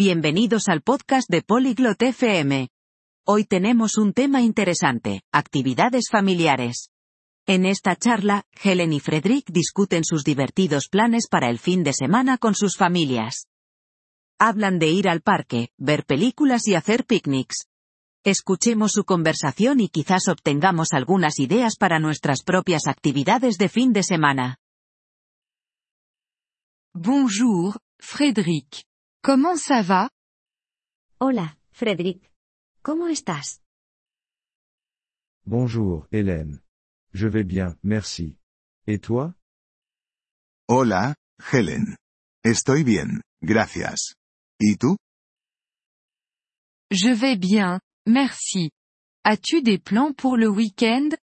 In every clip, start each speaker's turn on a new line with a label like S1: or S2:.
S1: Bienvenidos al podcast de Polyglot FM. Hoy tenemos un tema interesante, actividades familiares. En esta charla, Helen y Frederick discuten sus divertidos planes para el fin de semana con sus familias. Hablan de ir al parque, ver películas y hacer picnics. Escuchemos su conversación y quizás obtengamos algunas ideas para nuestras propias actividades de fin de semana.
S2: Bonjour, Frédéric. Comment ça va
S3: Hola, Frederick. ¿Cómo estás?
S4: Bonjour, Hélène. Je vais bien, merci. Et toi
S5: Hola, Helen. Estoy bien, gracias. ¿Y tú?
S2: Je vais bien, merci. As-tu des plans pour le week-end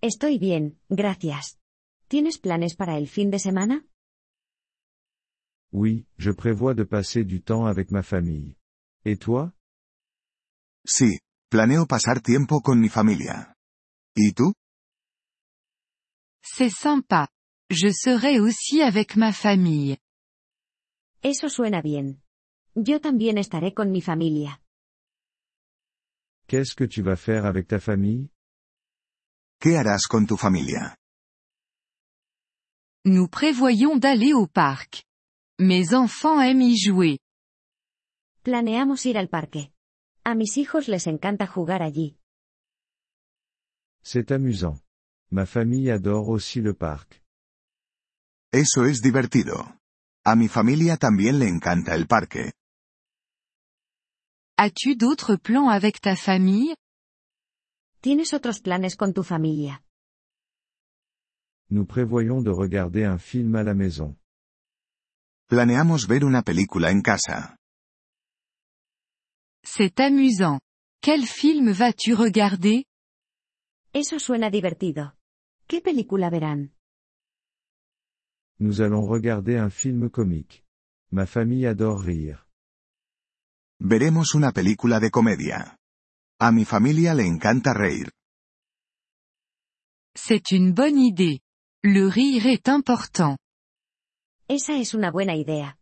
S3: Estoy bien, gracias. ¿Tienes planes para el fin de semana?
S4: Oui, je prévois de passer du temps avec ma famille. Et toi
S5: Sí, planeo pasar tiempo con mi familia. ¿Y tú?
S2: C'est sympa. Je serai aussi avec ma famille.
S3: Eso suena bien. Yo también estaré con mi familia.
S4: Qu'est-ce que tu vas faire avec ta famille
S5: ¿Qué harás con tu familia?
S2: Nous prévoyons d'aller au parc. Mes enfants aiment y jouer.
S3: Planeamos ir al parque. A mis hijos les encanta jugar allí.
S4: C'est amusant. Ma famille adore aussi le parc.
S5: Eso es divertido. A mi familia también le encanta el parque.
S2: As-tu d'autres plans avec ta famille
S3: ¿Tienes otros planes con tu familia?
S4: Nous prévoyons de regarder un film à la maison.
S5: Planeamos ver una película en casa.
S2: C'est amusant. Quel film vas-tu regarder
S3: Eso suena divertido. ¿Qué película verán?
S4: Nous allons regarder un film comique. Ma famille adore rire.
S5: Veremos una película de comedia. A mi familia le encanta reír.
S2: C'est une bonne idée. Le rire est important.
S3: Esa es una buena idea.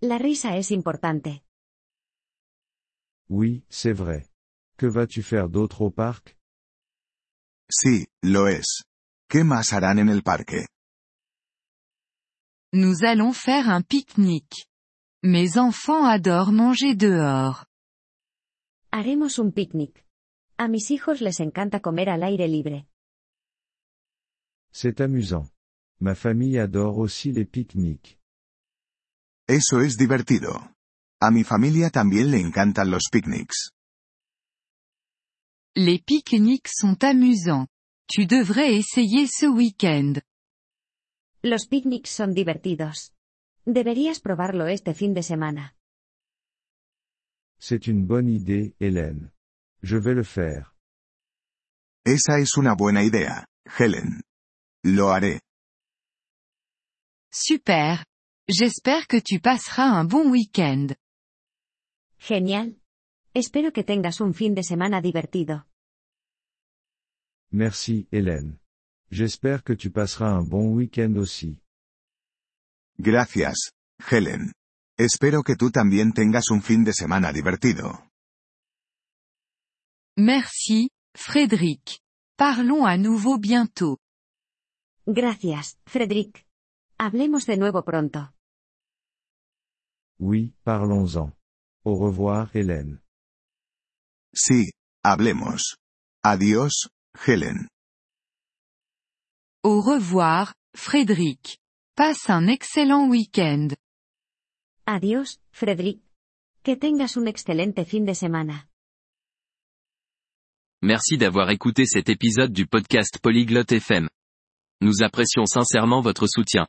S3: La risa es importante.
S4: Oui, c'est vrai. Que vas-tu faire d'autre au parc
S5: Sí, lo es. ¿Qué más harán en el parque?
S2: Nous allons faire un pique-nique. Mes enfants adorent manger dehors.
S3: Haremos un picnic. A mis hijos les encanta comer al aire libre.
S4: C'est amusant. Ma famille adore aussi les pique-niques.
S5: Eso es divertido. A mi familia también le encantan los picnics.
S2: Les pique-niques sont amusants. Tu devrais essayer ce week-end.
S3: Los picnics son divertidos. Deberías probarlo este fin de semana.
S4: C'est une bonne idée, Hélène. Je vais le faire.
S5: Esa es una buena idea, Helen. Lo haré.
S2: Super. J'espère que tu passeras un bon week-end.
S3: Genial. Espero que tengas un fin de semana divertido.
S4: Merci, Hélène. J'espère que tu passeras un bon week-end aussi.
S5: Gracias, Helen. Espero que tú también tengas un fin de semana divertido.
S2: Merci, Frédéric. Parlons à nouveau bientôt.
S3: Gracias, Frederick. Hablemos de nuevo pronto.
S4: Oui, parlons-en. Au revoir, Hélène.
S5: Sí, hablemos. Adiós, Helen.
S2: Au revoir, Frédéric. Passe un excellent week-end.
S3: Adiós, Frederick. Que tengas un excelente fin de semana.
S6: Merci d'avoir écouté cet épisode du podcast Polyglotte FM. Nous apprécions sincèrement votre soutien.